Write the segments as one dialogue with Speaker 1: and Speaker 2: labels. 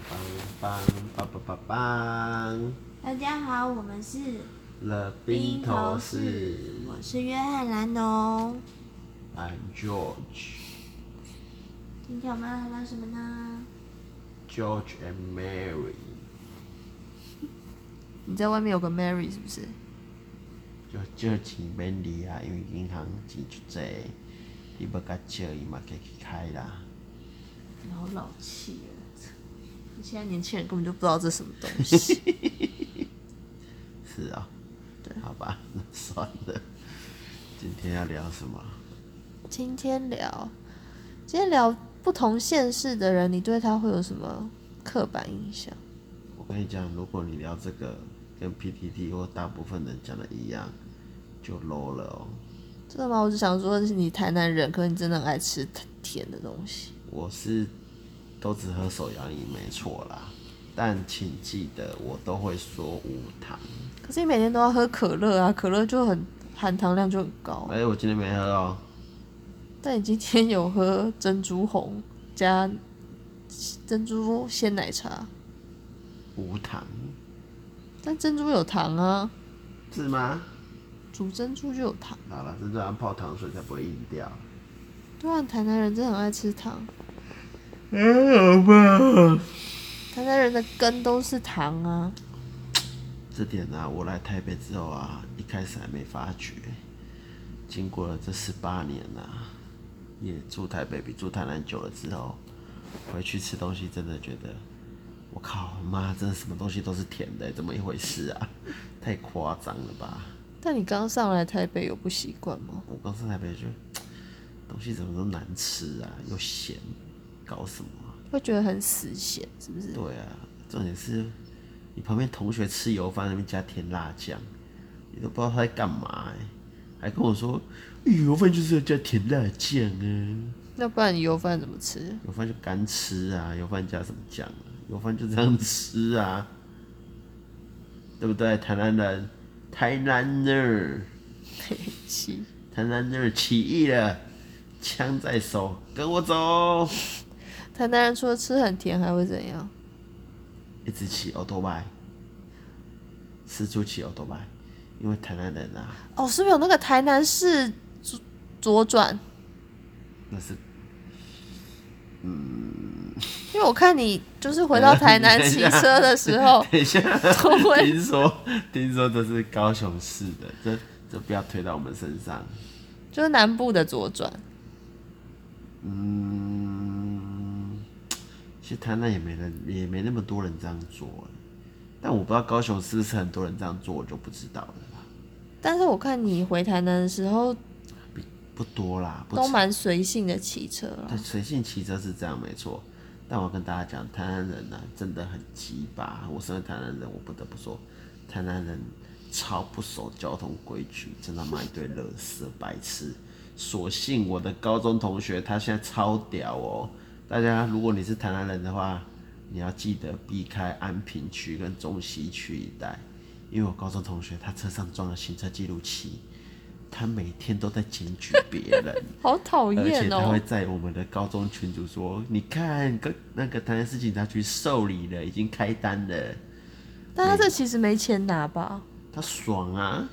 Speaker 1: 梆梆梆梆梆，
Speaker 2: 大家好，我们是
Speaker 1: 了冰头士
Speaker 2: 我是约翰兰农。
Speaker 1: ，I'm George，George
Speaker 2: 今天我们要谈到什么呢？
Speaker 1: and Mary，
Speaker 3: 你在外面有个 Mary 是不是？
Speaker 1: 就就请 Mandy 啊，因为银行钱就多，你要甲借伊嘛，给去开啦。
Speaker 3: 你好老气啊！现在年轻人根本就不知道这是什么东西。
Speaker 1: 是啊、对，好吧，那算了。今天要聊什么？
Speaker 3: 今天聊，今天聊不同县市的人，你对他会有什么刻板印象？
Speaker 1: 我跟你讲，如果你聊这个跟 PTT 或大部分人讲的一样，就 low 了哦。
Speaker 3: 真的吗？我只想说，是你台南人，可是你真的很爱吃甜的东西。
Speaker 1: 我是都只喝手摇饮，没错啦。但请记得，我都会说无糖。
Speaker 3: 可是你每天都要喝可乐啊，可乐就很含糖量就很高。啊
Speaker 1: 哎、我今天没喝哦。
Speaker 3: 但你今天有喝珍珠红加 珍珠鲜奶茶，
Speaker 1: 无糖
Speaker 3: 但珍珠有糖啊，
Speaker 1: 是吗？
Speaker 3: 煮珍珠就有糖。
Speaker 1: 好了，真正要泡糖水才不会硬掉。
Speaker 3: 对啊，台南人真的很爱吃糖，台南人的根都是糖啊。
Speaker 1: 这点呢、我来台北之后啊，一开始还没发觉，经过了这十八年呐、也住台北比住台南久了之后，回去吃东西真的觉得，我靠妈，真的什么东西都是甜的，怎么一回事啊？太夸张了吧！
Speaker 3: 但你刚上来台北有不习惯吗？
Speaker 1: 我刚上台北就觉得，东西怎么都难吃啊，又咸，搞什么啊、
Speaker 3: 会觉得很死咸，是不是？
Speaker 1: 对啊，重点是你旁边同学吃油饭那边加甜辣酱，你都不知道他在干嘛、欸，还跟我说、欸油饭就是要加甜辣酱啊，
Speaker 3: 要不然你油饭怎么吃？
Speaker 1: 油饭就干吃啊，油饭加什么酱啊？油饭就这样吃啊，对不对？台南人，台南人，
Speaker 3: 配气。
Speaker 1: 台南人起义了，枪在手，跟我走，
Speaker 3: 台南人除了吃很甜还会怎样？
Speaker 1: 一直骑欧多拜，四处骑欧多拜，因为台南人啊。
Speaker 3: 哦，是不是有那个台南市左左转？
Speaker 1: 那是
Speaker 3: 因为我看你就是回
Speaker 1: 嗯
Speaker 3: 到台南骑车的时 候，
Speaker 1: 等一下，
Speaker 3: 都会
Speaker 1: 听说听说这是高雄市的，这这不要推到我们身上。
Speaker 3: 就是南部的左转。
Speaker 1: 嗯，其实台南也没人，也没那么多人这样做，但我不知道高雄是不是很多人这样做，我就不知道了啦。
Speaker 3: 但是我看你回台南的时候
Speaker 1: 不多啦，不
Speaker 3: 都蛮随性的骑车 啊了
Speaker 1: 对，。随性骑车是这样没错，但我跟大家讲，台南人呢、真的很鸡巴。我身为台南人，我不得不说，台南人超不守交通规矩，真他妈一堆垃圾白痴。所幸我的高中同学他现在超屌哦，大家如果你是台南人的话，你要记得避开安平区跟中西区一带，因为我高中同学他车上装了行车记录器，他每天都在检举别人。
Speaker 3: 好讨
Speaker 1: 而且
Speaker 3: 厌
Speaker 1: 他会
Speaker 3: 哦！
Speaker 1: 在我们的高中群组说：“你看，跟那个台南市警察局受理了，已经开单了。
Speaker 3: 但他这其实没钱拿吧？”
Speaker 1: 他爽啊，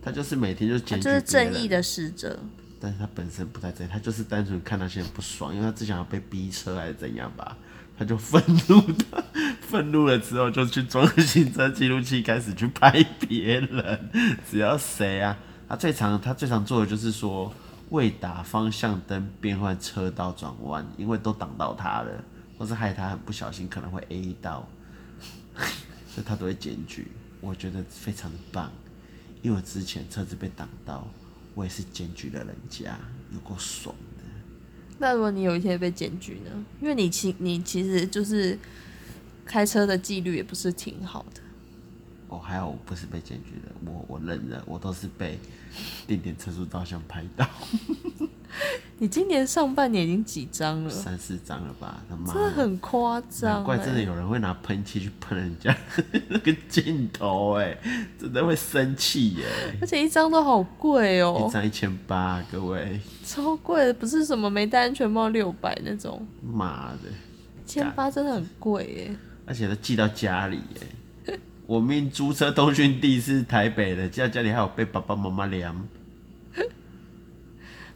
Speaker 1: 他就是每天就
Speaker 3: 他
Speaker 1: 检举
Speaker 3: 就是
Speaker 1: 别
Speaker 3: 正义
Speaker 1: 人，
Speaker 3: 的使者。
Speaker 1: 但是他本身不太正义，他就是单纯看那些人不爽，因为他只想要被逼车还是怎样吧，他就愤怒的， 愤怒了之后就去装行车记录器，开始去拍别人，只要谁啊，他最常他最常做的就是说。未打方向灯变换车道转弯，因为都挡到他了，或是害他很不小心可能会 A 到， 所以他都会检举。我觉得非常的棒，因为我之前车子被挡到，我也是检举了人家，有够爽的。
Speaker 3: 那如果你有一天被检举呢？因为你其你其实就是开车的纪律也不是挺好的，
Speaker 1: 哦，还好我不是被检举的，我我认了，我都是被定点车速照相拍到
Speaker 3: 你今年上半年已经几张了？
Speaker 1: 三四张了吧？他妈
Speaker 3: 真
Speaker 1: 的，
Speaker 3: 的啊很夸
Speaker 1: 难
Speaker 3: 张、
Speaker 1: 怪真的
Speaker 3: 欸！
Speaker 1: 有人会拿喷漆去喷人家 那个镜头、哎，真的会生气耶、
Speaker 3: 欸而且一张都好贵哦
Speaker 1: 一、张一千八，各位，
Speaker 3: 超贵的，不是什么没戴安全帽六百那种，
Speaker 1: 妈的！
Speaker 3: 千八真的很贵耶、
Speaker 1: 哎、而且都寄到家里耶。我命租车通讯地是台北的，寄到家里还有被爸爸妈妈量。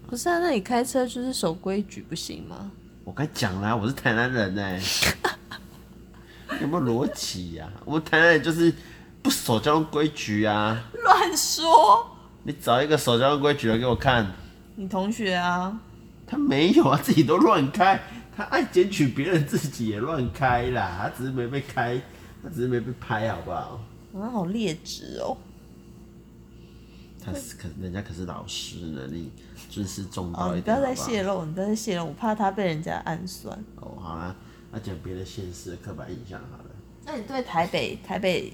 Speaker 3: 不是啊，那你开车就是守规矩不行吗？
Speaker 1: 我该讲啦，我是台南人哎、 有没有逻辑呀？我们台南人就是不守交通规矩啊！
Speaker 3: 乱说！
Speaker 1: 你找一个守交通规矩的给我看，
Speaker 3: 你同学啊，
Speaker 1: 他没有啊，自己都乱开，他爱检举别人，自己也乱开啦，他只是没被开，他只是没被拍，好不好？
Speaker 3: 啊，好劣质哦。
Speaker 1: 他是可人家可是老师呢，你尊师重
Speaker 3: 哦，
Speaker 1: 道
Speaker 3: 你
Speaker 1: 一
Speaker 3: 不
Speaker 1: 点
Speaker 3: 要
Speaker 1: 好不好。
Speaker 3: 再泄露，你不要再泄露，我怕他被人家暗算。
Speaker 1: 哦，好啦，那讲别的现实的刻板印象好了，
Speaker 3: 那你对台北台北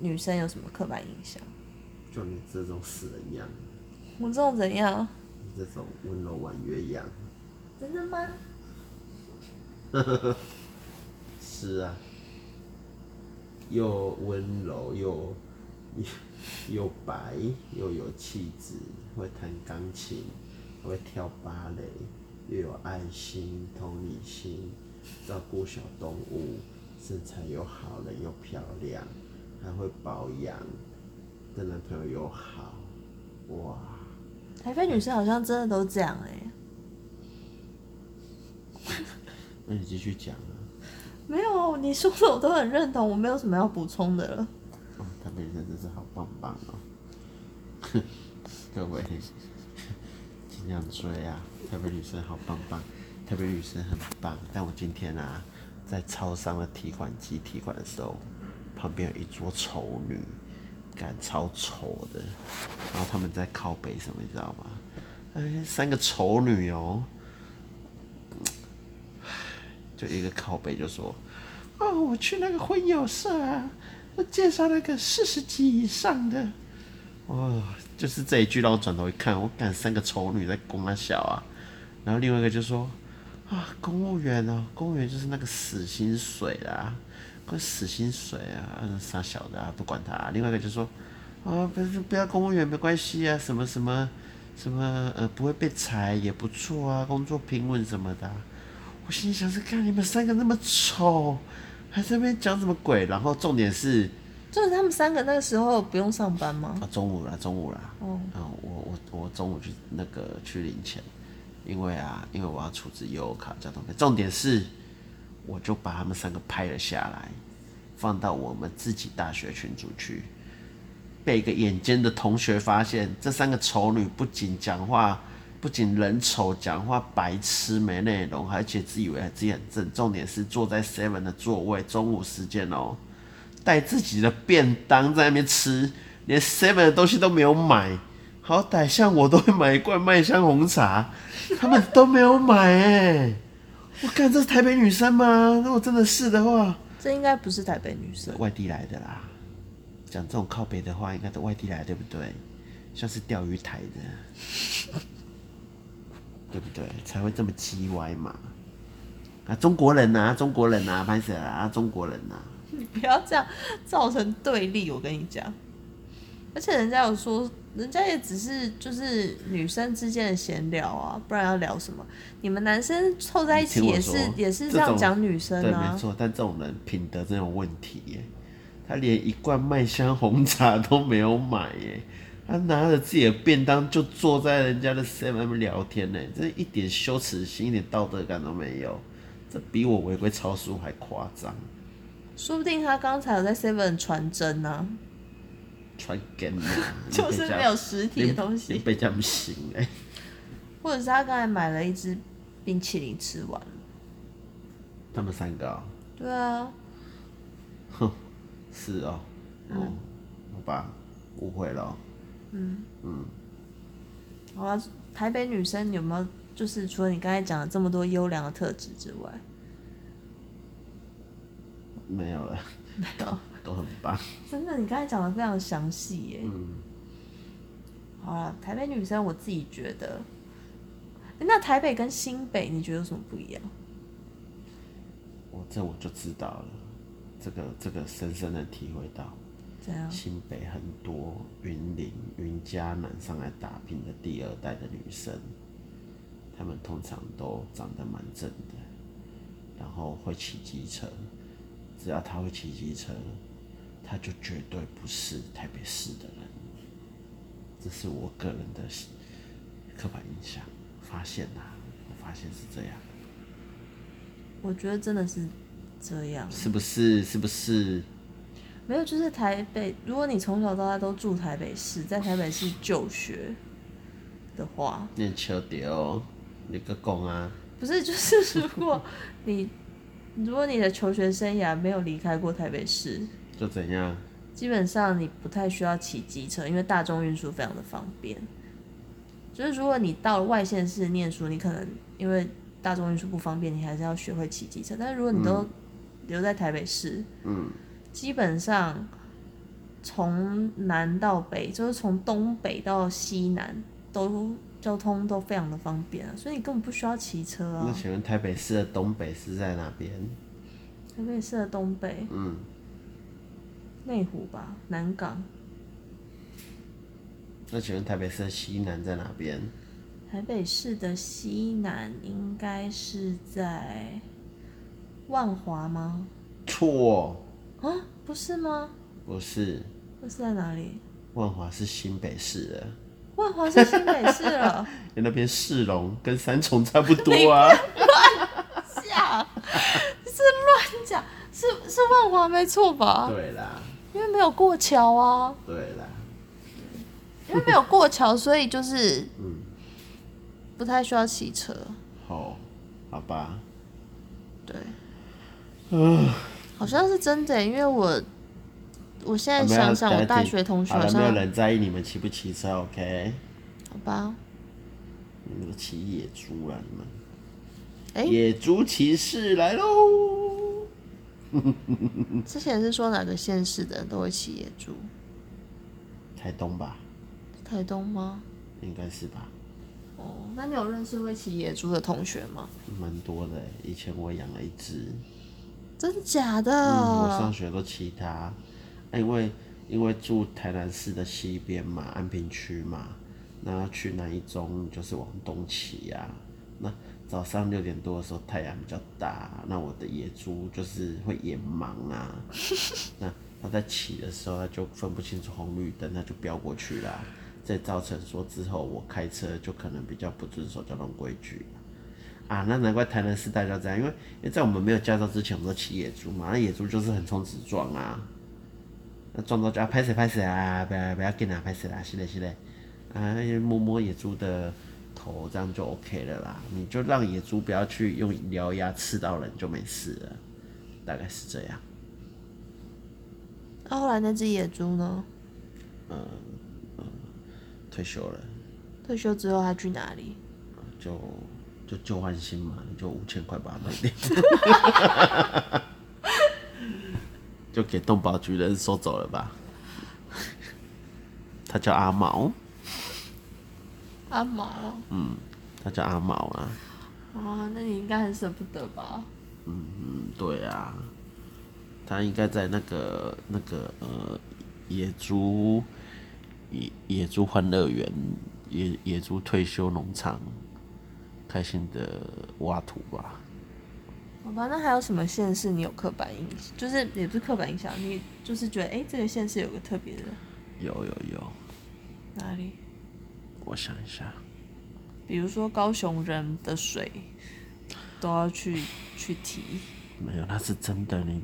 Speaker 3: 女生有什么刻板印象？
Speaker 1: 就你这种死人样，
Speaker 3: 我这种怎样？
Speaker 1: 你这种温柔婉约样，
Speaker 3: 真的吗？
Speaker 1: 是啊，又温柔又又白又有气质，会弹钢琴，会跳芭蕾，又有爱心、同理心，照顾小动物，身材又好，人又漂亮，还会保养，对男朋友又好，哇！
Speaker 3: 台北女生好像真的都这样哎、
Speaker 1: 那你继续讲啊。
Speaker 3: 没有，你说的我都很认同，我没有什么要补充的了。
Speaker 1: 哦，台北人真是好棒棒哦！ 各位，尽量追啊！台北女生好棒棒，台北女生很棒。但我今天啊，在超商的提款机提款的时候，旁边有一桌丑女，感超丑的。然后他们在靠北什么，你知道吗？哎，三个丑女哦，就一个靠北就说。哦，我去那个婚友社啊，我介绍那个四十级以上的。哦，就是这一句让我转头一看，我感三个丑女在攻他小啊。然后另外一个就说啊，公务员哦，公务员就是那个死薪水啦，跟死薪水啊，啊傻小的啊，不管他、另外一个就说啊，不是不要公务员没关系啊，什么什么什么呃，不会被裁也不错啊，工作平稳什么的啊、我心里想是，看你们三个那么丑，还在那边讲什么鬼？然后重点是
Speaker 3: 就是他们三个那个时候不用上班吗？
Speaker 1: 啊，中午啦，中午啦。
Speaker 3: 哦
Speaker 1: 嗯，我我我中午去那个去领钱，因为啊，因为我要处置悠游卡交通费。重点是，我就把他们三个拍了下来，放到我们自己大学群组去。被一个眼尖的同学发现，这三个丑女不仅讲话，不仅人丑，讲话白痴没内容，而且自以为自己很正。重点是坐在 Seven 的座位，中午时间哦，带自己的便当在那边吃，连 Seven 的东西都没有买。好歹像我都会买一罐麦香红茶，他们都没有买哎、我看这是台北女生吗？如果真的是的话，
Speaker 3: 这应该不是台北女生，
Speaker 1: 外地来的啦。讲这种靠北的话，应该都外地来，对不对？像是钓鱼台的，对不对？才会这么叽歪嘛。啊，中国人呐、中国人呐、拍谁啊？中国人呐、
Speaker 3: 你不要这样造成对立，我跟你讲。而且人家有说，人家也只是就是女生之间的闲聊啊，不然要聊什么？你们男生凑在一起
Speaker 1: 你听我
Speaker 3: 也是
Speaker 1: 说
Speaker 3: 也是
Speaker 1: 这
Speaker 3: 这样
Speaker 1: 种
Speaker 3: 讲女生
Speaker 1: 对，没
Speaker 3: 啊，
Speaker 1: 错，但这种人品德真有问题耶。他连一罐麦香红茶都没有买耶，他拿着自己的便当就坐在人家的 Seven 聊天呢，这一点羞耻心、一点道德感都没有，这比我违规超速还夸张，
Speaker 3: 说不定他刚才有在 Seven 传真呢、
Speaker 1: 传根啊！
Speaker 3: 就是没有实体的东西
Speaker 1: 被这样行哎，
Speaker 3: 或者是他刚才买了一支冰淇淋吃完了。
Speaker 1: 他们三个、哦，
Speaker 3: 对啊，
Speaker 1: 哼，是哦，嗯，好吧，误会了哦、
Speaker 3: 好啊，台北女生有没有就是除了你刚才讲的这么多优良的特质之外，
Speaker 1: 没有了，
Speaker 3: 没有？
Speaker 1: 都很棒。
Speaker 3: 真的，你刚才讲的非常详细耶。
Speaker 1: 嗯。
Speaker 3: 好了，台北女生我自己觉得，诶那台北跟新北你觉得有什么不一样？
Speaker 1: 我这我就知道了，这个这个深深的体会到，
Speaker 3: 怎样？
Speaker 1: 新北很多云林、云嘉南上来打拼的第二代的女生，她们通常都长得蛮正的，然后会骑机车，只要他会骑机车，他就绝对不是台北市的人。这是我个人的刻板印象，发现啦、我发现是这样，
Speaker 3: 我觉得真的是这样，
Speaker 1: 是不是？是不是？
Speaker 3: 没有就是台北，如果你从小到大都住台北市，在台北市就学的话，
Speaker 1: 念秋哦，你个公啊！
Speaker 3: 不是就是如果你如果你的求学生涯没有离开过台北市，
Speaker 1: 就怎样？
Speaker 3: 基本上你不太需要骑机车，因为大众运输非常的方便。就是如果你到了外县市念书，你可能因为大众运输不方便，你还是要学会骑机车。但是如果你都嗯留在台北市，
Speaker 1: 嗯，
Speaker 3: 基本上从南到北，就是从东北到西南，都交通都非常的方便啊，所以你根本不需要骑车
Speaker 1: 那
Speaker 3: 啊。
Speaker 1: 请问台北市的东北是在哪边？
Speaker 3: 台北市的东北
Speaker 1: 嗯，
Speaker 3: 内湖吧，南港，
Speaker 1: 那请问台北市的西南在哪边？
Speaker 3: 台北市的西南应该是在万华吗？
Speaker 1: 错，
Speaker 3: 啊，不是吗？
Speaker 1: 不是，
Speaker 3: 那是在哪里？
Speaker 1: 万华是新北市的，
Speaker 3: 万华是新北市哦 了，
Speaker 1: 因为那边市容跟三重差不多 啊。
Speaker 3: 假，是乱讲，是是万华没错吧？
Speaker 1: 对啦，
Speaker 3: 因为没有过桥啊，
Speaker 1: 对啦，
Speaker 3: 因为没有过桥，所以就是
Speaker 1: 嗯，
Speaker 3: 不太需要骑车。
Speaker 1: 好，好吧，
Speaker 3: 对，好像是真的耶，欸因为我我现在
Speaker 1: 啊没有
Speaker 3: 想想，我
Speaker 1: 等下
Speaker 3: 大
Speaker 1: 停
Speaker 3: 学同学
Speaker 1: 好了，
Speaker 3: 像
Speaker 1: 没有人在意你们骑不骑车，OK？
Speaker 3: 好吧？
Speaker 1: 你们都骑野猪啦，你们。
Speaker 3: 哎、
Speaker 1: 野猪骑士来喽！
Speaker 3: 之前是说哪个县市的人都会骑野猪？
Speaker 1: 台东吧，
Speaker 3: 台东吗？
Speaker 1: 应该是吧，
Speaker 3: 哦，那你有认识会骑野猪的同学吗？
Speaker 1: 蛮多的。欸以前我养了一只，
Speaker 3: 真的假的？
Speaker 1: 嗯，我上学都骑它，啊因为因为住台南市的西边嘛，安平区嘛，那去南一中就是往东骑呀、那早上六点多的时候太阳比较大，那我的野猪就是会眼盲啊，那它在骑的时候它就分不清楚红绿灯，它就飙过去啦。这造成说之后我开车就可能比较不遵守交通规矩。啊，那难怪台南市大家这样，因为因为在我们没有驾照之前，我们都骑野猪嘛，那野猪就是很冲直撞啊，那撞到就啊拍谁拍谁啊，不要不要紧啊，拍谁啦，是嘞是嘞，啊摸摸野猪的头，这样就 OK 了啦，你就让野猪不要去用獠牙刺到人就没事了，大概是这样。
Speaker 3: 那、后来那只野猪呢？
Speaker 1: 退休了
Speaker 3: 退休之后它去哪里？
Speaker 1: 就就旧换新嘛，你就五千块把它卖掉， 就给动保局的人收走了吧。他叫阿毛，
Speaker 3: 阿毛啊，
Speaker 1: 他叫阿毛啊。
Speaker 3: 哇那你应该很舍不得吧？
Speaker 1: 嗯，对啊，他应该在那个那个呃野猪野野猪欢乐园野野猪退休农场开心的挖土吧。
Speaker 3: 好吧，那还有什么县市你有刻板印象？就是也不是刻板印象，你就是觉得哎、诶这个县市有个特别的
Speaker 1: 有有有，
Speaker 3: 哪里？
Speaker 1: 我想一下。
Speaker 3: 比如说高雄人的水都要去去提，
Speaker 1: 没有，那是真的，你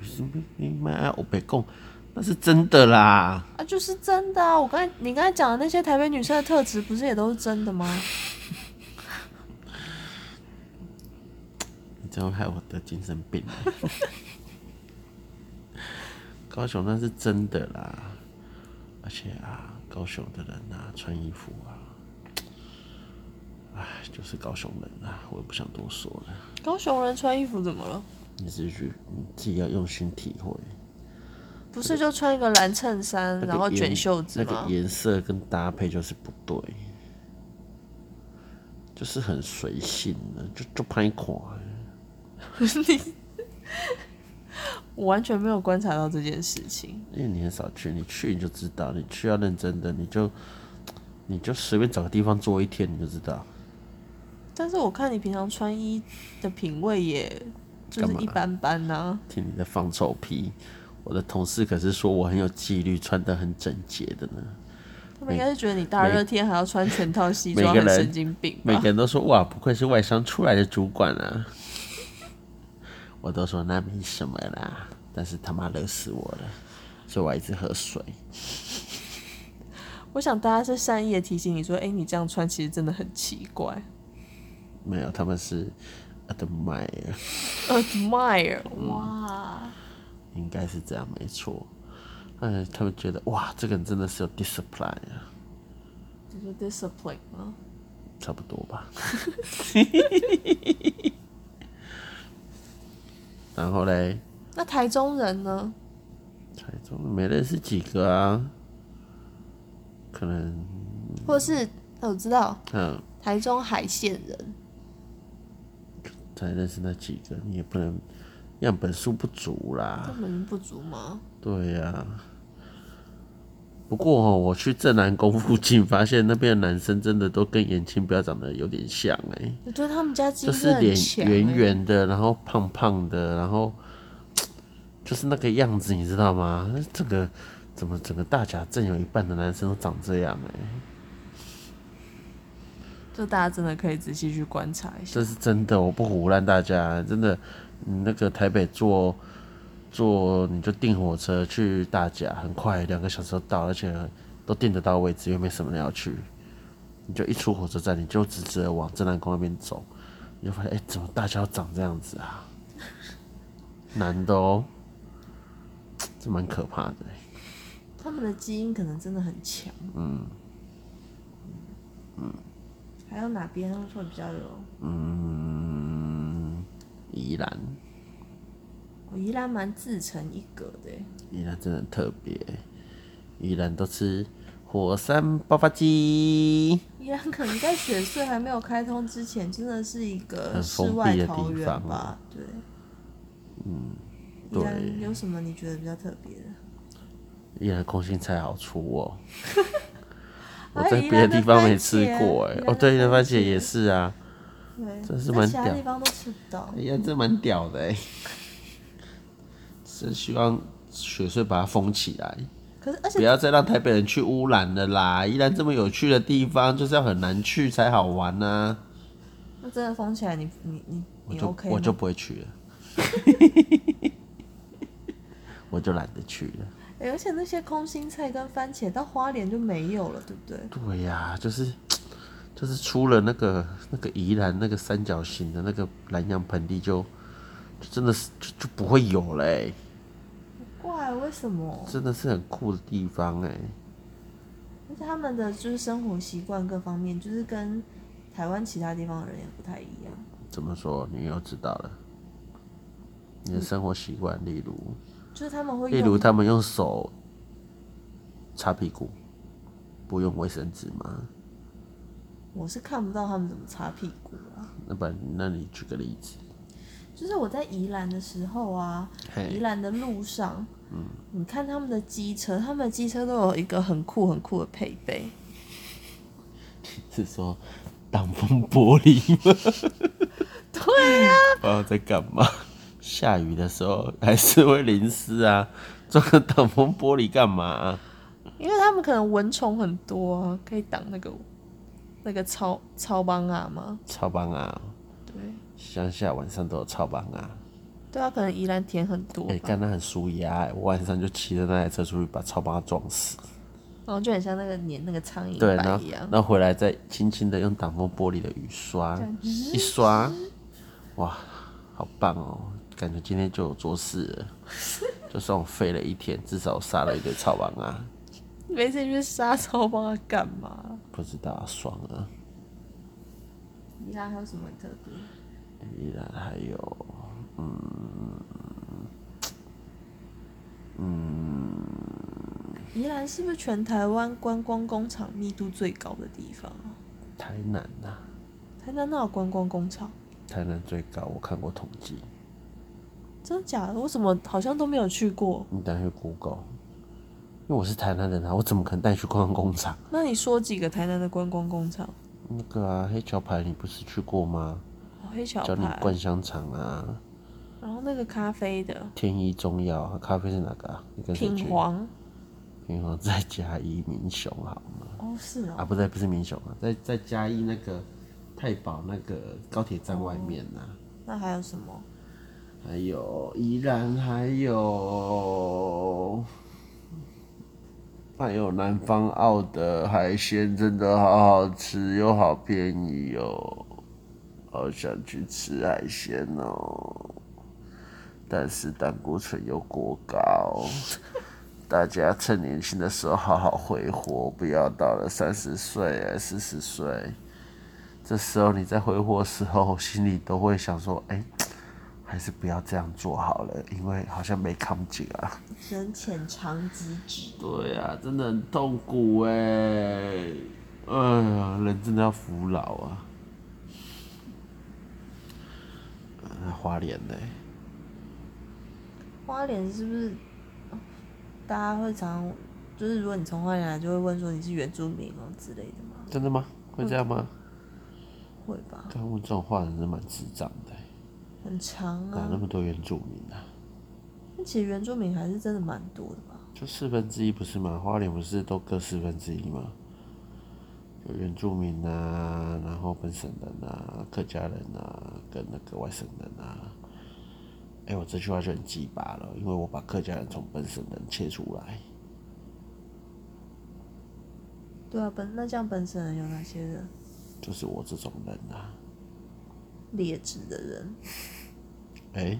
Speaker 1: 你妈，我别讲，那是真的啦。
Speaker 3: 啊，就是真的啊！我刚才你刚才讲的那些台北女生的特质，不是也都是真的吗？
Speaker 1: 你这样害我得精神病 了。高雄那是真的啦，而且啊，高雄的人啊，穿衣服啊，唉，就是高雄人啊，我也不想多说了。
Speaker 3: 高雄人穿衣服怎么了？
Speaker 1: 你自己去，你自己要用心体会。
Speaker 3: 不是就穿一个蓝衬衫，
Speaker 1: 那个
Speaker 3: 然后卷
Speaker 1: 颜
Speaker 3: 袖子
Speaker 1: 那
Speaker 3: 吗
Speaker 1: 个？颜色跟搭配就是不对，就是很随性的，就就拍垮。
Speaker 3: 我完全没有观察到这件事情。
Speaker 1: 因为你很少去，你去你就知道，你去要认真的，你就你就随便找个地方坐一天，你就知道。
Speaker 3: 但是我看你平常穿衣的品味也就是
Speaker 1: 干嘛
Speaker 3: 一般般呐、啊
Speaker 1: 听你的放臭屁。我的同事可是说我很有纪律，穿得很整洁的呢。
Speaker 3: 他们应该是觉得你大热天还要穿全套西装，
Speaker 1: 每
Speaker 3: 很
Speaker 1: 个人
Speaker 3: 神经病
Speaker 1: 每
Speaker 3: 吧
Speaker 1: 个？人都说哇，不愧是外商出来的主管啊。我都说那没什么啦，但是他妈热死我了，所以我还一直喝水。
Speaker 3: 我想大家是善意的提醒你说，哎、你这样穿其实真的很奇怪。
Speaker 1: 没有，他们是呃 admire，
Speaker 3: Admire，哇，
Speaker 1: 应该是这样没错。哎，他们觉得哇，这个人真的是有 discipline 啊，
Speaker 3: 这是 discipline 吗？
Speaker 1: 差不多吧。然后嘞，
Speaker 3: 那台中人呢？
Speaker 1: 台中没认识几个啊，可能
Speaker 3: 或是哦我知道
Speaker 1: 嗯。
Speaker 3: 台中海线人，
Speaker 1: 才认识那几个，你也不能样本数不足啦。
Speaker 3: 根本不足吗？
Speaker 1: 对呀、不过、哦、我去正南宫附近，发现那边的男生真的都跟眼睛标长得有点像哎、
Speaker 3: 我觉得他们家基
Speaker 1: 就
Speaker 3: 因
Speaker 1: 是
Speaker 3: 很
Speaker 1: 脸
Speaker 3: 强、欸
Speaker 1: 圆圆的，然后胖胖的，然后就是那个样子，你知道吗？这个怎么整个大甲镇有一半的男生都长这样哎、
Speaker 3: 就大家真的可以仔细去观察一下
Speaker 1: 这。是真的，我不胡乱大家，真的，你那个台北坐坐你就订火车去大甲，很快两个小时就到，而且都订得到位置，又没什么人要去，你就一出火车站，你就直直的往正南宫那边走，你就发现，哎、怎么大家都长这样子啊？男的哦，这蛮可怕的欸、
Speaker 3: 他们的基因可能真的很强。嗯嗯，还有哪边会比较有？
Speaker 1: 宜兰，
Speaker 3: 我依然哦蛮自成一格的欸耶，
Speaker 1: 宜兰真的很特别欸、宜兰都吃火山爆发鸡。
Speaker 3: 依然可能在雪隧还没有开通之前，真的是一个
Speaker 1: 很
Speaker 3: 世
Speaker 1: 封闭
Speaker 3: 外
Speaker 1: 的
Speaker 3: 桃
Speaker 1: 地
Speaker 3: 源
Speaker 1: 方啊
Speaker 3: 吧？对，嗯，依
Speaker 1: 对
Speaker 3: 然有什么你觉得比较特别的？
Speaker 1: 宜兰空心菜好出哦，我
Speaker 3: 哎
Speaker 1: 在
Speaker 3: 宜
Speaker 1: 别的
Speaker 3: 兰
Speaker 1: 地
Speaker 3: 的
Speaker 1: 方没
Speaker 3: 番
Speaker 1: 吃
Speaker 3: 茄
Speaker 1: 过哎、
Speaker 3: 宜兰
Speaker 1: 哦，
Speaker 3: 的
Speaker 1: 对，宜兰番
Speaker 3: 番
Speaker 1: 茄也
Speaker 3: 茄
Speaker 1: 是啊。
Speaker 3: 对，
Speaker 1: 真是
Speaker 3: 在
Speaker 1: 蛮
Speaker 3: 其他
Speaker 1: 屌
Speaker 3: 地方都吃不到
Speaker 1: 哎。呀，这蛮屌的哎、真希望雪穗把它封起来，
Speaker 3: 可是而且
Speaker 1: 不要再让台北人去污染了啦。宜兰这么有趣的地方，就是要很难去才好玩呐、
Speaker 3: 那真的封起来你，你你
Speaker 1: 我
Speaker 3: 你
Speaker 1: 就
Speaker 3: OK
Speaker 1: 我
Speaker 3: 吗？
Speaker 1: 就不会去了， 我就懒得去了。
Speaker 3: 哎而且那些空心菜跟番茄到花莲就没有了，对不对？
Speaker 1: 对呀、就是就是出了那个那个宜兰那个三角形的那个南洋盆地就，就真的是就就不会有嘞、
Speaker 3: 怪为什么？
Speaker 1: 真的是很酷的地方哎、
Speaker 3: 而且他们的就是生活习惯各方面，就是跟台湾其他地方的人也不太一样。
Speaker 1: 怎么说？你又知道了。你的生活习惯，例如，
Speaker 3: 就是他们会
Speaker 1: 例如
Speaker 3: 用
Speaker 1: 他们用手擦屁股，不用卫生纸吗？
Speaker 3: 我是看不到他们怎么擦屁股啊。
Speaker 1: 那不然，那你举个例子，
Speaker 3: 就是我在宜兰的时候啊，
Speaker 1: 嘿
Speaker 3: 宜兰的路上，
Speaker 1: 嗯
Speaker 3: 你看他们的机车，他们的机车都有一个很酷很酷的配备，
Speaker 1: 是说挡风玻璃吗？
Speaker 3: 对呀、
Speaker 1: 不知道在干嘛。 下雨的时候还是会淋湿啊， 装个挡风玻璃干嘛、啊
Speaker 3: 因为他们可能蚊虫很多啊，可以挡那个那个超超帮啊嘛，
Speaker 1: 超棒啊！
Speaker 3: 对
Speaker 1: 乡下晚上都有超棒啊！
Speaker 3: 对啊，可能宜兰田很多吧，
Speaker 1: 哎、干那很舒压、欸，我晚上就骑着那台车出去，把超棒撞死。
Speaker 3: 然后就很像那个粘那个苍蝇
Speaker 1: 对，然
Speaker 3: 板
Speaker 1: 后
Speaker 3: 一样
Speaker 1: 然，后回来再轻轻的用挡风玻璃的雨刷一刷，哇，好棒哦！感觉今天就有做事了，就算我废了一天，至少我杀了一堆超棒啊！
Speaker 3: 没事你去杀超帮啊干嘛？
Speaker 1: 不知道、啊、爽啊！
Speaker 3: 宜兰还有什么特别？
Speaker 1: 依然还有，
Speaker 3: 宜兰是不是全台湾观光工厂密度最高的地方啊？
Speaker 1: 台南呐、
Speaker 3: 台南那有观光工厂？
Speaker 1: 台南最高，我看过统计，
Speaker 3: 真的假的？我怎么好像都没有去过？
Speaker 1: 你等下去 Google，因为我是台南人啊，我怎么可能带你去观光工厂？
Speaker 3: 那你说几个台南的观光工厂？
Speaker 1: 那个啊，黑桥牌你不是去过吗？
Speaker 3: 哦黑小
Speaker 1: 教你
Speaker 3: 排，
Speaker 1: 灌香肠啊，
Speaker 3: 然后那个咖啡的
Speaker 1: 天一中药咖啡是哪个啊？你跟谁去
Speaker 3: 品？黄
Speaker 1: 平黄在嘉义民雄好吗？
Speaker 3: 哦，是哦，
Speaker 1: 啊，不对，不是民雄啊，在在嘉义那个太保那个高铁站外面啊呐、
Speaker 3: 那还有什么？
Speaker 1: 还有宜兰，还有还有南方澳的海鲜，真的好好吃又好便宜哦，好想去吃海鲜哦。但是胆固醇又过高，大家趁年轻的时候好好挥霍，不要到了三十岁、哎四十岁，这时候你在挥霍的时候，心里都会想说：哎、还是不要这样做好了，因为好像没扛紧啊。
Speaker 3: 人浅尝即止。
Speaker 1: 对啊，真的很痛苦哎、哎呀，人真的要服老啊。啊花莲呢、
Speaker 3: 花莲是不是哦大家会常就是如果你从花莲来，就会问说你是原住民哦之类的吗？
Speaker 1: 真的吗？会这样吗？
Speaker 3: 会吧，
Speaker 1: 但问这种话的人真蛮智障的欸、
Speaker 3: 很长
Speaker 1: 哪那
Speaker 3: 啊。
Speaker 1: 么多原住民啊？
Speaker 3: 那其实原住民还是真的蛮多的吧？
Speaker 1: 就四分之一不是吗？花莲不是都各四分之一吗？有原住民啊，然后本省人啊，客家人啊，跟那个外省人啊。哎、我这句话就很鸡巴了，因为我把客家人从本省人切出来，
Speaker 3: 对啊，本那这样本省人有哪些人？
Speaker 1: 就是我这种人啊。
Speaker 3: 劣质的人，
Speaker 1: 哎、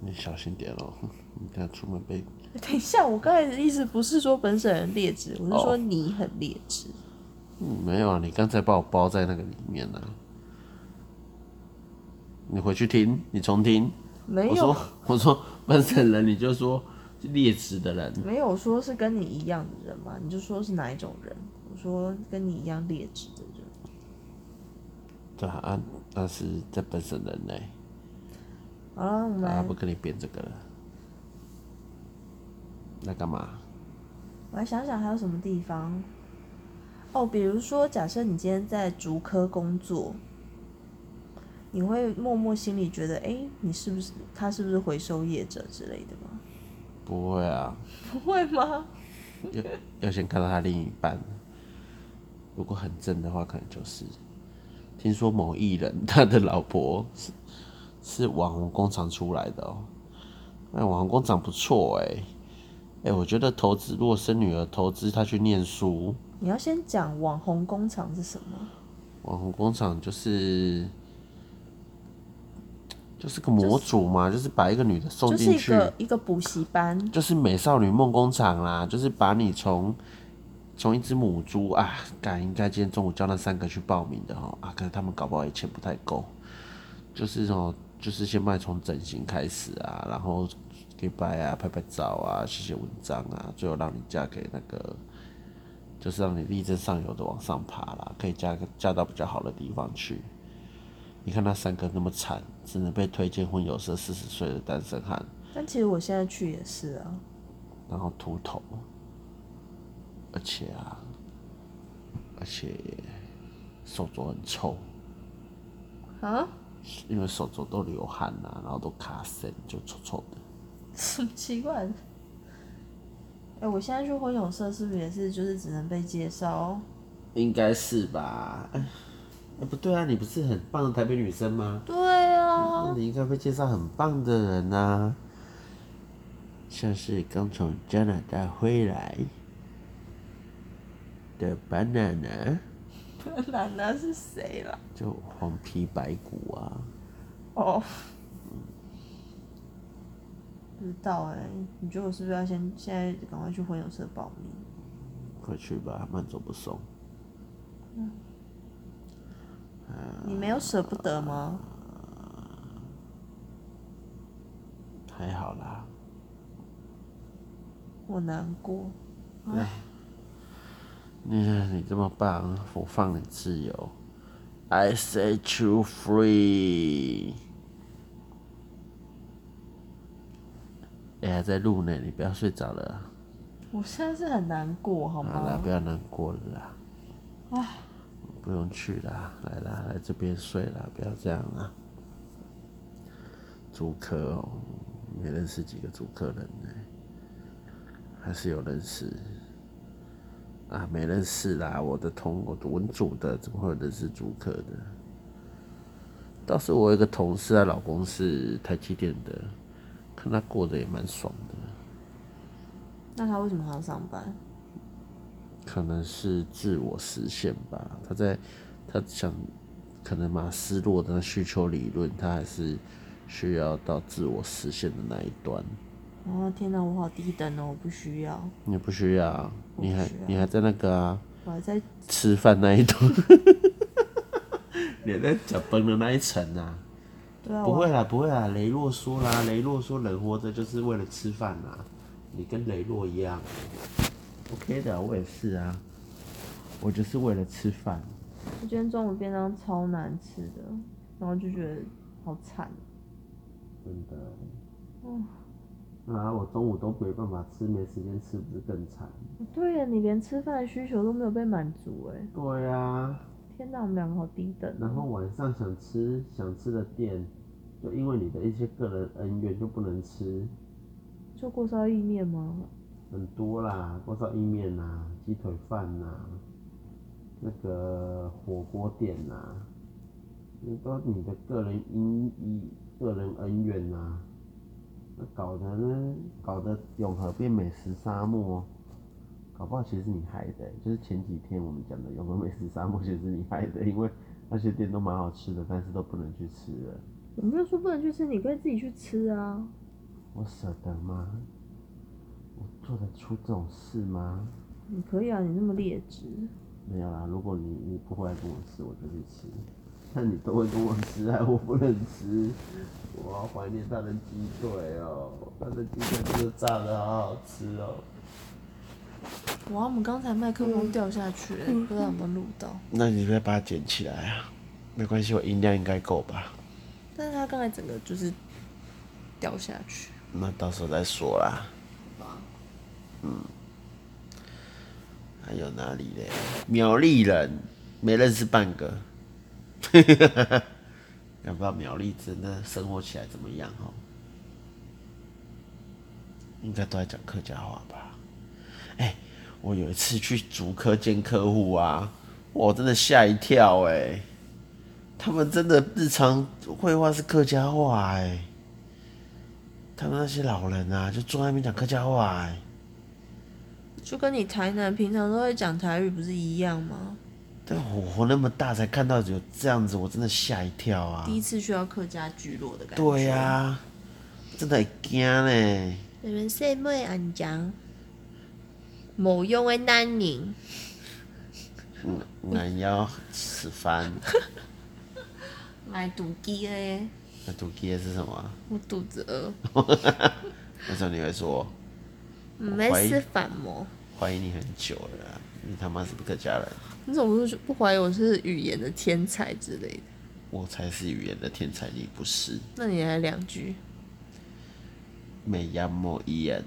Speaker 1: 你小心点哦，你等下出门被
Speaker 3: 等一下，我刚才的意思不是说本省人劣质，我是
Speaker 1: 哦
Speaker 3: 说你很劣质。
Speaker 1: 嗯，没有啊，你刚才把我包在那个里面呢、啊。你回去听，你重听。
Speaker 3: 没
Speaker 1: 我
Speaker 3: 有
Speaker 1: 说， 我说本省人，你就说劣质的人。
Speaker 3: 没有说是跟你一样的人嘛，你就说是哪一种人？我说跟你一样劣质的人，
Speaker 1: 对啊，啊那是在本省人呢、
Speaker 3: 好了，我们
Speaker 1: 啊，
Speaker 3: 来
Speaker 1: 不跟你编这个了。那干嘛？
Speaker 3: 我来想想还有什么地方。哦，比如说，假设你今天在竹科工作，你会默默心里觉得，哎、你是不是他是不是回收业者之类的吗？
Speaker 1: 不会啊，
Speaker 3: 不会吗？
Speaker 1: 要要先看到他另一半。如果很正的话，可能就是。听说某艺人 他的老婆是是网红工厂出来的哦、那网红工厂不错哎、哎、我觉得投资如果生女儿，投资她去念书，
Speaker 3: 你要先讲网红工厂是什么？
Speaker 1: 网红工厂就是就是个模组嘛，就是把一个女的送
Speaker 3: 就是
Speaker 1: 进
Speaker 3: 一
Speaker 1: 去，
Speaker 3: 个一个补习班，
Speaker 1: 就是美少女梦工厂啦，就是把你从从一只母猪啊，敢应该今天中午叫那三个去报名的哦啊，可是他们搞不好也钱不太够，就是哦，就是先卖从整形开始啊，然后给拜啊，拍拍照啊，写写文章啊，最后让你嫁给那个。就是让你力争上游的往上爬啦，可以嫁个嫁到比较好的地方去。你看那三个那么惨，只能被推荐婚友社四十岁的单身汉，
Speaker 3: 但其实我现在去也是啊。
Speaker 1: 然后秃头，而且啊，而且手肘很臭，
Speaker 3: 啊？
Speaker 1: 因为手肘都流汗啦、然后都卡身，就臭臭的。
Speaker 3: 什么奇怪的？哎、我现在去婚泳社是不是也是就是只能被介绍？
Speaker 1: 应该是吧？哎、哎不对啊，你不是很棒的台北女生吗？
Speaker 3: 对啊。
Speaker 1: 那你应该被介绍很棒的人啊，像是刚从加拿大回来的 banana，
Speaker 3: 男的是谁啦？
Speaker 1: 就黄皮白骨啊。
Speaker 3: 哦，不知道哎、你觉得我是不是要先现在赶快去婚友社报名？
Speaker 1: 快去吧，慢走不送。
Speaker 3: 你没有舍不得吗？
Speaker 1: 还好啦，
Speaker 3: 我难过。
Speaker 1: 你你这么棒，我放你自由。I set you free。哎、还在录呢，你不要睡着了啊。
Speaker 3: 我现在是很难过，好
Speaker 1: 好啦，
Speaker 3: 吗
Speaker 1: 不？要难过了啦。不用去啦，来啦，来这边睡啦，不要这样啦。租啊客哦，也认识几个租客人呢、还是有认识啊，没认识啦。我的同我的文组的怎么会有认识租客的？倒是我有一个同事，她老公是台积电的，看他过得也蛮爽的。
Speaker 3: 那他为什么还要上班？
Speaker 1: 可能是自我实现吧。他在他想，可能马斯洛的那需求理论，他还是需要到自我实现的那一端。
Speaker 3: 哦天哪，我好低等哦，我不需要，
Speaker 1: 你不需要啊，你还
Speaker 3: 我不需要
Speaker 1: 你还在那个啊，
Speaker 3: 我还在
Speaker 1: 吃饭那一 端，你还在讲崩的那一层啊。
Speaker 3: 对啊，
Speaker 1: 不
Speaker 3: 我
Speaker 1: 会啦，不会啦，雷洛说啦，雷洛说人活着就是为了吃饭啦，你跟雷洛一样，OK 的，我也是啊，我就是为了吃饭。
Speaker 3: 我今天中午便当超难吃的，然后就觉得好惨。哦
Speaker 1: 真的。嗯。啊，我中午都没办法吃，没时间吃，不是更惨？
Speaker 3: 对啊呀，你连吃饭的需求都没有被满足哎！
Speaker 1: 对啊，
Speaker 3: 天哪，我们两个好低等哦。
Speaker 1: 然后晚上想吃想吃的店，就因为你的一些个人恩怨就不能吃，
Speaker 3: 做过烧意面吗？
Speaker 1: 很多啦，锅烧意面呐、鸡腿饭呐、那个火锅店呐、那都你的个人因因个人恩怨呐、那搞得呢，搞得永和变美食沙漠，搞不好其实你害的欸、就是前几天我们讲的永和美食沙漠，其实你害的，因为那些店都蛮好吃的，但是都不能去吃了，
Speaker 3: 我没有说不能去吃，你可以自己去吃啊。
Speaker 1: 我舍得吗？我做得出这种事吗？
Speaker 3: 你可以啊，你那么劣质，
Speaker 1: 没有啦，如果你你不回来跟我吃，我就去吃。但你都会跟我吃，害我不能吃。我好怀念他的鸡腿哦，他的鸡腿真的炸的好好吃哦。
Speaker 3: 哇，我们刚才麦克风掉下去了，不知道有没有录到。
Speaker 1: 那你再把它捡起来啊，没关系，我音量应该够吧？
Speaker 3: 但是他刚才整个就是掉下去。
Speaker 1: 那到时候再说啦。嗯，还有哪里嘞？苗栗人没认识半个， 也不知道苗栗真的生活起来怎么样哦。应该都在讲客家话吧？哎、我有一次去竹科见客户啊，我真的吓一跳哎、他们真的日常绘画是客家话哎、他们那些老人啊，就坐在那边讲客家话、欸，
Speaker 3: 就跟你台南平常都会讲台语不是一样吗？
Speaker 1: 但我活那么大才看到有这样子，我真的吓一跳啊
Speaker 3: 第！一次去到客家聚落的感觉。
Speaker 1: 对呀、、真的很惊呢。
Speaker 3: 你们谁妹安讲？某用的南宁，
Speaker 1: 男妖吃饭，
Speaker 3: 买肚鸡嘞，
Speaker 1: 那土鸡是什么？
Speaker 3: 我肚子饿，
Speaker 1: 那时候你会说，
Speaker 3: 没吃饭吗？
Speaker 1: 怀疑你很久了啊、你他妈是不是客家人？
Speaker 3: 你怎么不不怀疑我是语言的天才之类的？
Speaker 1: 我才是语言的天才，你不 是。
Speaker 3: 那你来两句，
Speaker 1: 美亚莫伊人，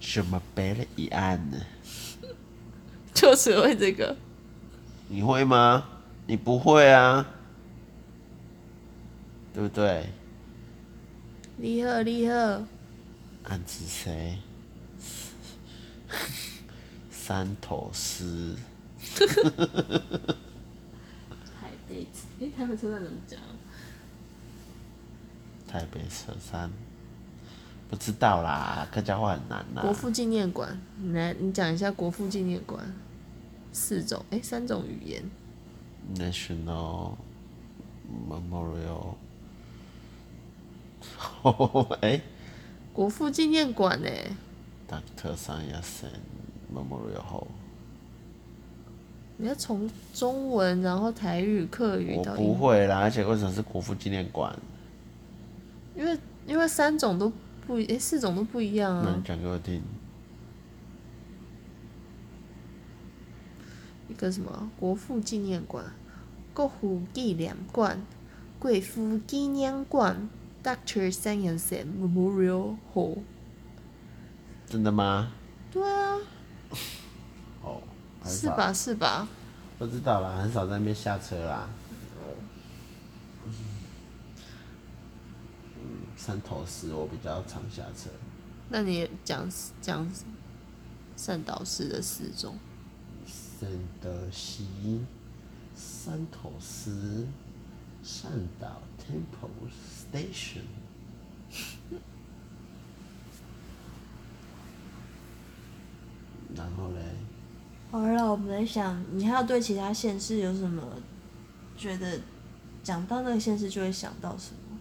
Speaker 1: 什么贝勒一案呢？
Speaker 3: 就只会这个。
Speaker 1: 你会吗？你不会啊，对不对？
Speaker 3: 厉害厉害，
Speaker 1: 暗指谁？ 三头狮，
Speaker 3: 台北，哎、台北车站怎么讲？
Speaker 1: 台北车山，不知道啦，客家话很难啦。
Speaker 3: 国父纪念馆，你来，你讲一下国父纪念馆，四种，哎、三种语言，
Speaker 1: National Memorial，哦， 哎
Speaker 3: 国父纪念馆哎、
Speaker 1: ，Doctor Sun Yat-sen Memorial Hall，
Speaker 3: 你要从中文，然后台语、客语
Speaker 1: 我
Speaker 3: 到
Speaker 1: 不
Speaker 3: 英，
Speaker 1: 会啦，而且为什么是国父纪念馆？
Speaker 3: 因为因为三种都不一，哎、四种都不一样
Speaker 1: 那你
Speaker 3: 啊。
Speaker 1: 讲给我听。
Speaker 3: 一个什么国父纪念馆、国父纪念馆、国父纪念馆、Doctor Sun Yat-sen Memorial Hall。
Speaker 1: 真的吗？
Speaker 3: 对啊，
Speaker 1: 哦，很
Speaker 3: 是
Speaker 1: 少
Speaker 3: 吧？是吧？
Speaker 1: 不知道啦，很少在那边下车啦。汕嗯头市，我比较常下车。
Speaker 3: 那你讲讲善导市的四种，
Speaker 1: 圣德西、三头市、善岛 Temple Station。然后嘞，
Speaker 2: 好了，我们在想，你还有对其他县市有什么觉得讲到那个县市就会想到什么？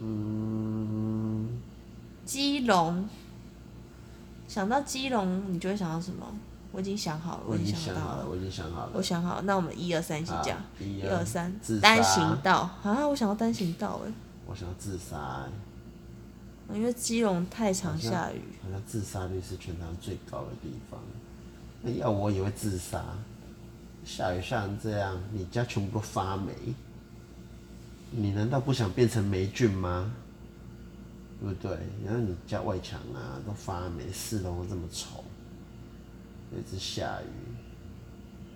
Speaker 1: 嗯，
Speaker 3: 基隆，想到基隆你就会想到什么？我已经想好了，
Speaker 1: 我已
Speaker 3: 已
Speaker 1: 经
Speaker 3: 经
Speaker 1: 想
Speaker 3: 到
Speaker 1: 好了，我已经想好
Speaker 3: 我
Speaker 1: 了。
Speaker 3: 想好，那我们一二三一起讲
Speaker 1: 好，啊一
Speaker 3: 一二三
Speaker 1: 自，杀
Speaker 3: 单行道啊，我想要单行道哎，
Speaker 1: 我想要自杀、
Speaker 3: 因为基隆太
Speaker 1: 好
Speaker 3: 常
Speaker 1: 像
Speaker 3: 下雨，
Speaker 1: 好像自杀率是全台湾最高的地方。那要我也会自杀，下雨下成这样，你家全部都发霉，你难道不想变成霉菌吗？对不对？然后你家外墙啊都发霉，四楼都这么丑，又一直下雨，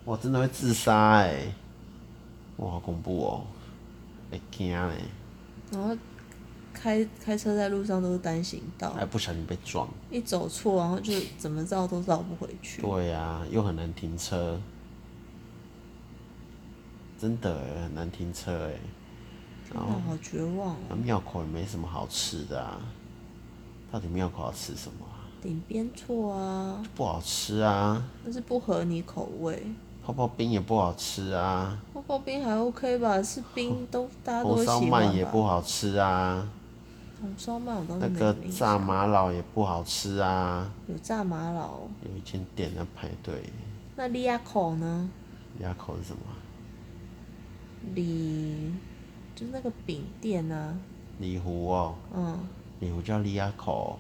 Speaker 1: 我真的会自杀哎、哇，好恐怖哦、会惊欸嘞，
Speaker 3: 然后开开车在路上都是单行道，
Speaker 1: 还不小心被撞。
Speaker 3: 一走错然后就怎么绕都绕不回去。
Speaker 1: 对呀、又很难停车，真的欸很难停车哎。
Speaker 3: 真的好绝望
Speaker 1: 那
Speaker 3: 哦！
Speaker 1: 庙口也没什么好吃的啊，到底庙口要吃什么啊、
Speaker 3: 顶边错啊，
Speaker 1: 不好吃啊，
Speaker 3: 但是不合你口味。
Speaker 1: 泡泡冰也不好吃啊，
Speaker 3: 泡泡冰还 OK 吧？是冰都大家都
Speaker 1: 哦红
Speaker 3: 会
Speaker 1: 烧
Speaker 3: 喜
Speaker 1: 鳗
Speaker 3: 欢
Speaker 1: 也
Speaker 3: 吧
Speaker 1: 不好吃啊，
Speaker 3: 红烧鳗我倒
Speaker 1: 那
Speaker 3: 是没
Speaker 1: 个
Speaker 3: 有印
Speaker 1: 炸
Speaker 3: 象。
Speaker 1: 马老也不好吃啊。
Speaker 3: 有炸马老，
Speaker 1: 有一间店在排队，
Speaker 3: 那利亚口呢？
Speaker 1: 鸭口是什么啊？
Speaker 3: 里就是那个饼店啊，
Speaker 1: 里湖哦，
Speaker 3: 嗯，
Speaker 1: 里湖叫利亚口，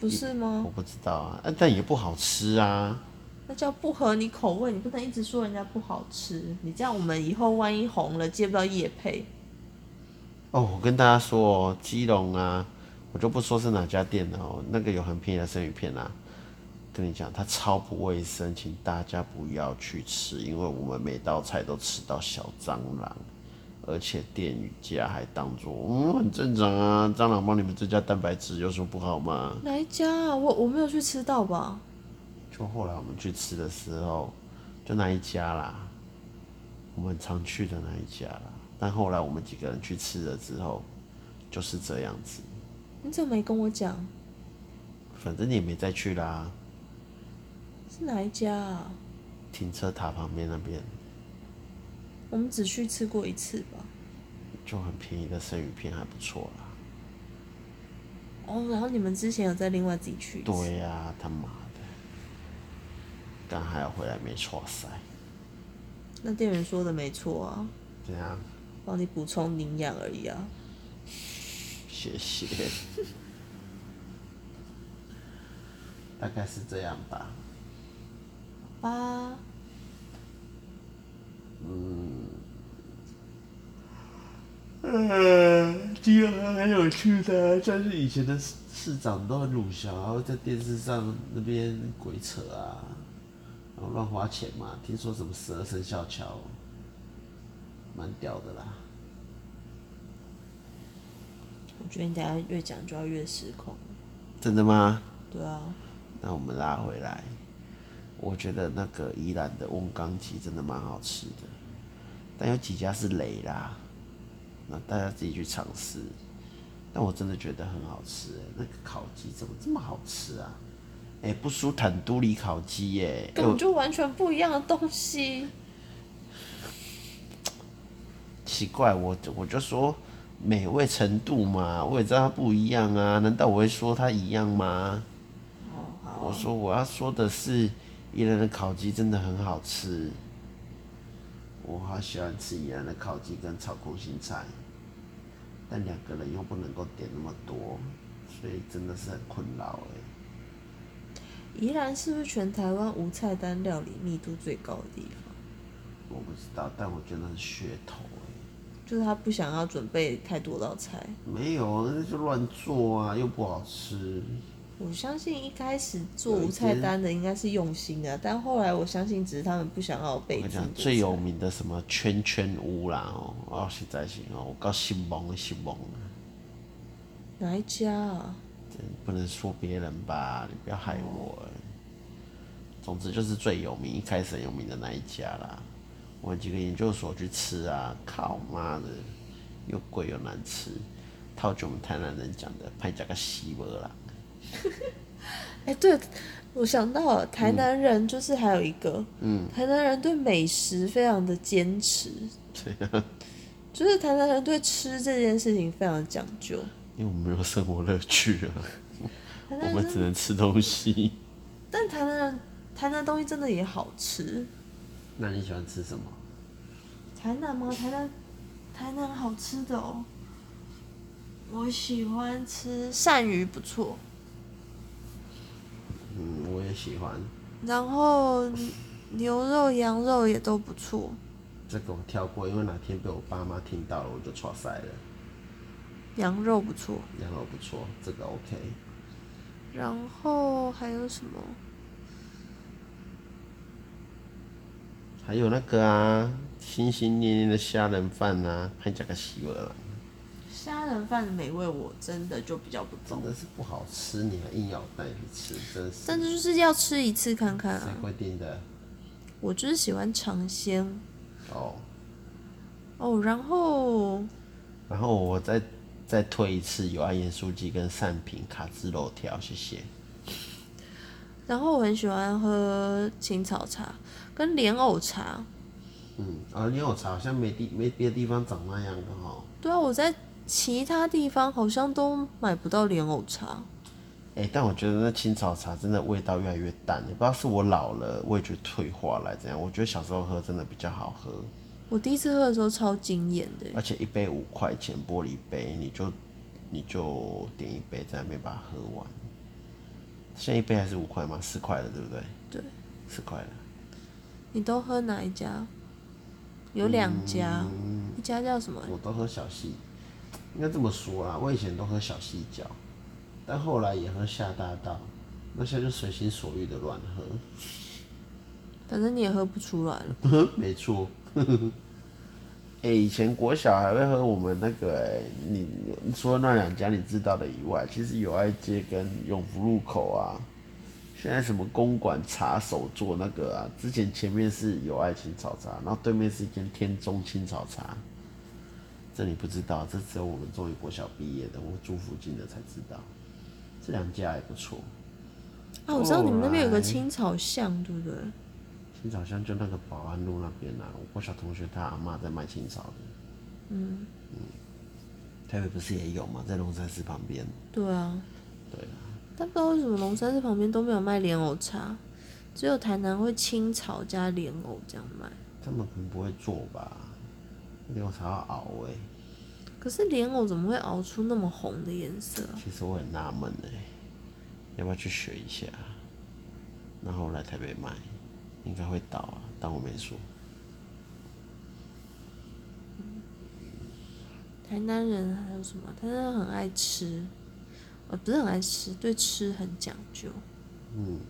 Speaker 3: 不是
Speaker 1: 我
Speaker 3: 吗？
Speaker 1: 不知道啊，啊但也不好吃啊。
Speaker 3: 那叫不合你口味，你不能一直说人家不好吃。你这样我们以后万一红了接不到夜配，
Speaker 1: 哦，我跟大家说哦，基隆啊，我就不说是哪家店了哦，那个有很便宜的生鱼片啊，跟你讲，它超不卫生，请大家不要去吃，因为我们每道菜都吃到小蟑螂，而且店家还当作嗯很正常啊，蟑螂帮你们增加蛋白质有什么不好吗？
Speaker 3: 哪一家啊？我我没有去吃到吧？
Speaker 1: 就后来我们去吃的时候，就那一家啦，我们常去的那一家啦，但后来我们几个人去吃了之后，就是这样子。
Speaker 3: 你怎么没跟我讲？
Speaker 1: 反正你也没再去啦，
Speaker 3: 是哪一家啊？
Speaker 1: 停车塔旁边那边
Speaker 3: 我们只去吃过一次吧。
Speaker 1: 就很便宜的生鱼片还不错啦。
Speaker 3: 哦，然后你们之前有再另外自己去一次。
Speaker 1: 对呀、他妈的，但还要回来没错塞，
Speaker 3: 那店员说的没错啊，
Speaker 1: 怎样？
Speaker 3: 帮你补充营养而已啊。
Speaker 1: 谢谢。大概是这样吧。
Speaker 3: 好吧，
Speaker 1: 呃，基隆还蛮有趣的啊，像是以前的市市长都很鲁小，然后在电视上那边鬼扯啊，然后乱花钱嘛。听说什么十二生肖桥，蛮屌的啦。
Speaker 3: 我觉得你等一下越讲就要越失控。
Speaker 1: 真的吗？
Speaker 3: 对啊，
Speaker 1: 那我们拉回来，我觉得那个宜兰的瓮缸鸡真的蛮好吃的，但有几家是雷啦，那大家自己去尝试。但我真的觉得很好吃、欸，那个烤鸡怎么这么好吃啊？哎、不输坦都里烤鸡耶、欸
Speaker 3: 根本就完全不一样的东西。
Speaker 1: 奇怪，我我就说美味程度嘛，我也知道它不一样啊，难道我会说它一样吗？我说我要说的是，宜兰的烤鸡真的很好吃，我好喜欢吃宜兰的烤鸡跟炒空心菜，但两个人又不能够点那么多，所以真的是很困扰哎、
Speaker 3: 宜兰是不是全台湾无菜单料理密度最高的地方？
Speaker 1: 我不知道，但我觉得是噱头哎、
Speaker 3: 就是他不想要准备太多道菜。
Speaker 1: 没有那就乱做啊，又不好吃。
Speaker 3: 我相信一开始做无菜单的应该是用心的，但后来我相信只是他们不想要
Speaker 1: 我
Speaker 3: 备
Speaker 1: 跟你
Speaker 3: 注
Speaker 1: 讲，
Speaker 3: 的
Speaker 1: 最有
Speaker 3: 菜
Speaker 1: 名的什么圈圈屋啦，哦，哦实在是哦，我够失望的失望啊。
Speaker 3: 哪一家啊？
Speaker 1: 不能说别人吧，你不要害我。总之就是最有名，一开始很有名的那一家啦。我们几个研究所去吃啊，靠妈的，又贵又难吃。套句我们台南人讲的，拍加个西伯啦。
Speaker 3: 哎、对，我想到了，
Speaker 1: 嗯
Speaker 3: 台南人就是还有一个，嗯，台南人对美食非常的 坚持，
Speaker 1: 啊
Speaker 3: 就是台南人对吃这件事情非常的讲究。
Speaker 1: 因为我们没有生活乐趣啊，我
Speaker 3: 台南
Speaker 1: 们
Speaker 3: 人，
Speaker 1: 只能吃东西。
Speaker 3: 但台南人台南东西真的也好吃。
Speaker 1: 那你喜欢吃什么？
Speaker 3: 台南吗？台南，台南好吃的哦。我喜欢吃鳝鱼，不错。
Speaker 1: 嗯，我也喜欢。
Speaker 3: 然后牛肉、羊肉也都不错。
Speaker 1: 这个我跳过，因为哪天被我爸妈听到了，我就错塞了。
Speaker 3: 羊肉不错，
Speaker 1: 然后不错，这个 OK。
Speaker 3: 然后还有什么？
Speaker 1: 还有那个啊，心心念念的虾仁饭啊，还加个西味啦，
Speaker 4: 虾仁饭的美味我真的就比较不懂
Speaker 1: 真，的是不好吃，你还啊硬要我带你去吃，真是。
Speaker 3: 但是就是要吃一次看看
Speaker 1: 谁
Speaker 3: 啊！
Speaker 1: 规定的？
Speaker 3: 我就是喜欢尝鲜
Speaker 1: 哦，
Speaker 3: 哦。然后
Speaker 1: 然后我再再推一次有爱盐酥鸡跟善品卡汁肉条，谢谢。
Speaker 3: 然后我很喜欢喝青草茶跟莲藕茶。
Speaker 1: 嗯，啊，你有茶好像没地没别的地方长那样的哈。
Speaker 3: 对啊，我在其他地方好像都买不到莲藕茶。
Speaker 1: 哎、但我觉得那青草茶真的味道越来越淡，也不知道是我老了味觉退化来怎样。我觉得小时候喝真的比较好喝。
Speaker 3: 我第一次喝的时候超惊艳的耶，
Speaker 1: 而且一杯五块钱玻璃杯，你就你就点一杯在那边把它喝完。现在一杯还是五块吗？四块了，对不对？
Speaker 3: 对，
Speaker 1: 四块了。
Speaker 3: 你都喝哪一家？有两家，
Speaker 1: 嗯
Speaker 3: 一家叫什么？
Speaker 1: 我都喝小细，应该这么说啦。我以前都喝小细脚，但后来也喝下大道，那现在就随心所欲的乱喝。
Speaker 3: 反正你也喝不出来了。
Speaker 1: 没 错。哎、以前国小还会喝我们那个、哎，你你除了那两家你知道的以外，其实友爱街跟永福路口啊，现在什么公馆茶手做那个啊，之前前面是友爱青草茶，然后对面是一间天中青草茶，这你不知道，这只有我们中一国小毕业的，我住附近的才知道，这两家也不错。
Speaker 3: 啊，我知
Speaker 1: 哦
Speaker 3: 道你们那边有个
Speaker 1: Alright
Speaker 3: 青草巷，对不对？
Speaker 1: 青草巷就那个保安路那边啊，我国小同学他阿妈在卖青草的。嗯台北不是也有吗？在龙山寺旁边。
Speaker 3: 对啊，
Speaker 1: 对啊，
Speaker 3: 但不知道为什么龙山寺旁边都没有卖莲藕茶，只有台南会青草加莲藕这样卖。
Speaker 1: 他们可能不会做吧？因为我才要熬哎、
Speaker 3: 可是莲藕怎么会熬出那么红的颜色啊、
Speaker 1: 其实我很纳闷哎，要不要去学一下？然后来台北卖，应该会倒啊，但我没说。
Speaker 3: 台南人还有什么？台南人很爱吃，呃，不是很爱吃，对吃很讲究。
Speaker 1: 嗯，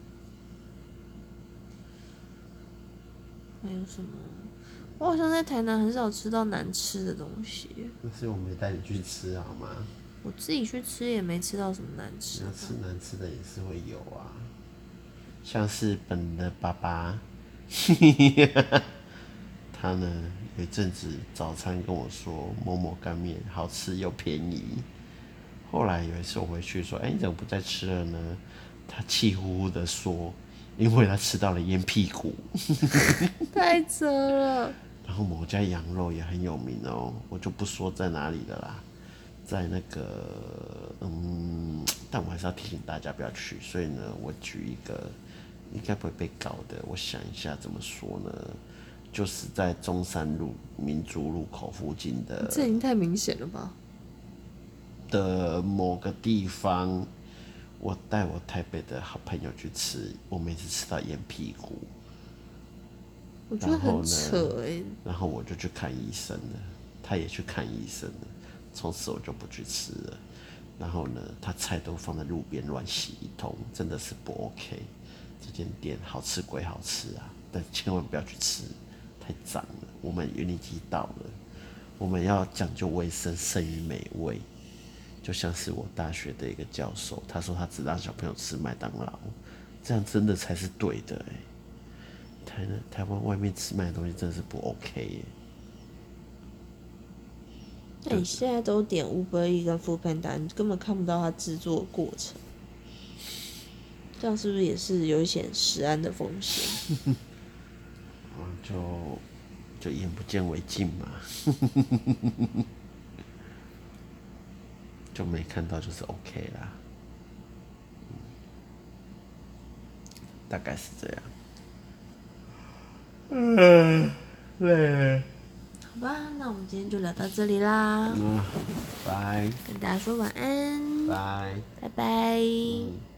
Speaker 3: 还有什么？我好像在台南很少吃到难吃的东西耶，
Speaker 1: 那是我没带你去吃好吗？
Speaker 3: 我自己去吃也没吃到什么难吃的
Speaker 1: 难。吃难吃的也是会有啊，像是本人的爸爸， 他呢有一阵子早餐跟我说某某干面好吃又便宜，后来有一次我回去说，哎、你怎么不再吃了呢？他气呼呼的说，因为他吃到了烟屁股。
Speaker 3: 太扯了，
Speaker 1: 然后某家羊肉也很有名哦，我就不说在哪里了啦，在那个嗯，但我还是要提醒大家不要去，所以呢，我举一个应该不会被告的，我想一下怎么说呢，就是在中山路民族路口附近的
Speaker 3: 这已经太明显了吧？
Speaker 1: 的某个地方，我带我台北的好朋友去吃，我每次吃到烟屁股，
Speaker 3: 我觉得
Speaker 1: 然后
Speaker 3: 很
Speaker 1: 呢
Speaker 3: 扯哎、
Speaker 1: 然后我就去看医生了，他也去看医生了，从此我就不去吃了。然后呢，他菜都放在路边乱洗一通，真的是不 OK。这间店好吃归好吃啊，但千万不要去吃，太脏了。我们云林鸡到了，我们要讲究卫生胜于美味。就像是我大学的一个教授，他说他只让小朋友吃麦当劳，这样真的才是对的哎、台南台湾外面吃卖的东西真的是不 OK 欸耶、
Speaker 3: 那你现在都点 Uber E 跟 Food Panda，你根本看不到它制作过程，这样是不是也是有一些食安的风险？
Speaker 1: 嗯，就就眼不见为净嘛， 就没看到就是 OK 啦，嗯，大概是这样。嗯，累了，
Speaker 3: 好吧，那我们今天就聊到这里啦，
Speaker 1: 嗯，拜
Speaker 3: 跟大家说晚安，
Speaker 1: 拜。
Speaker 3: 拜拜。
Speaker 1: 嗯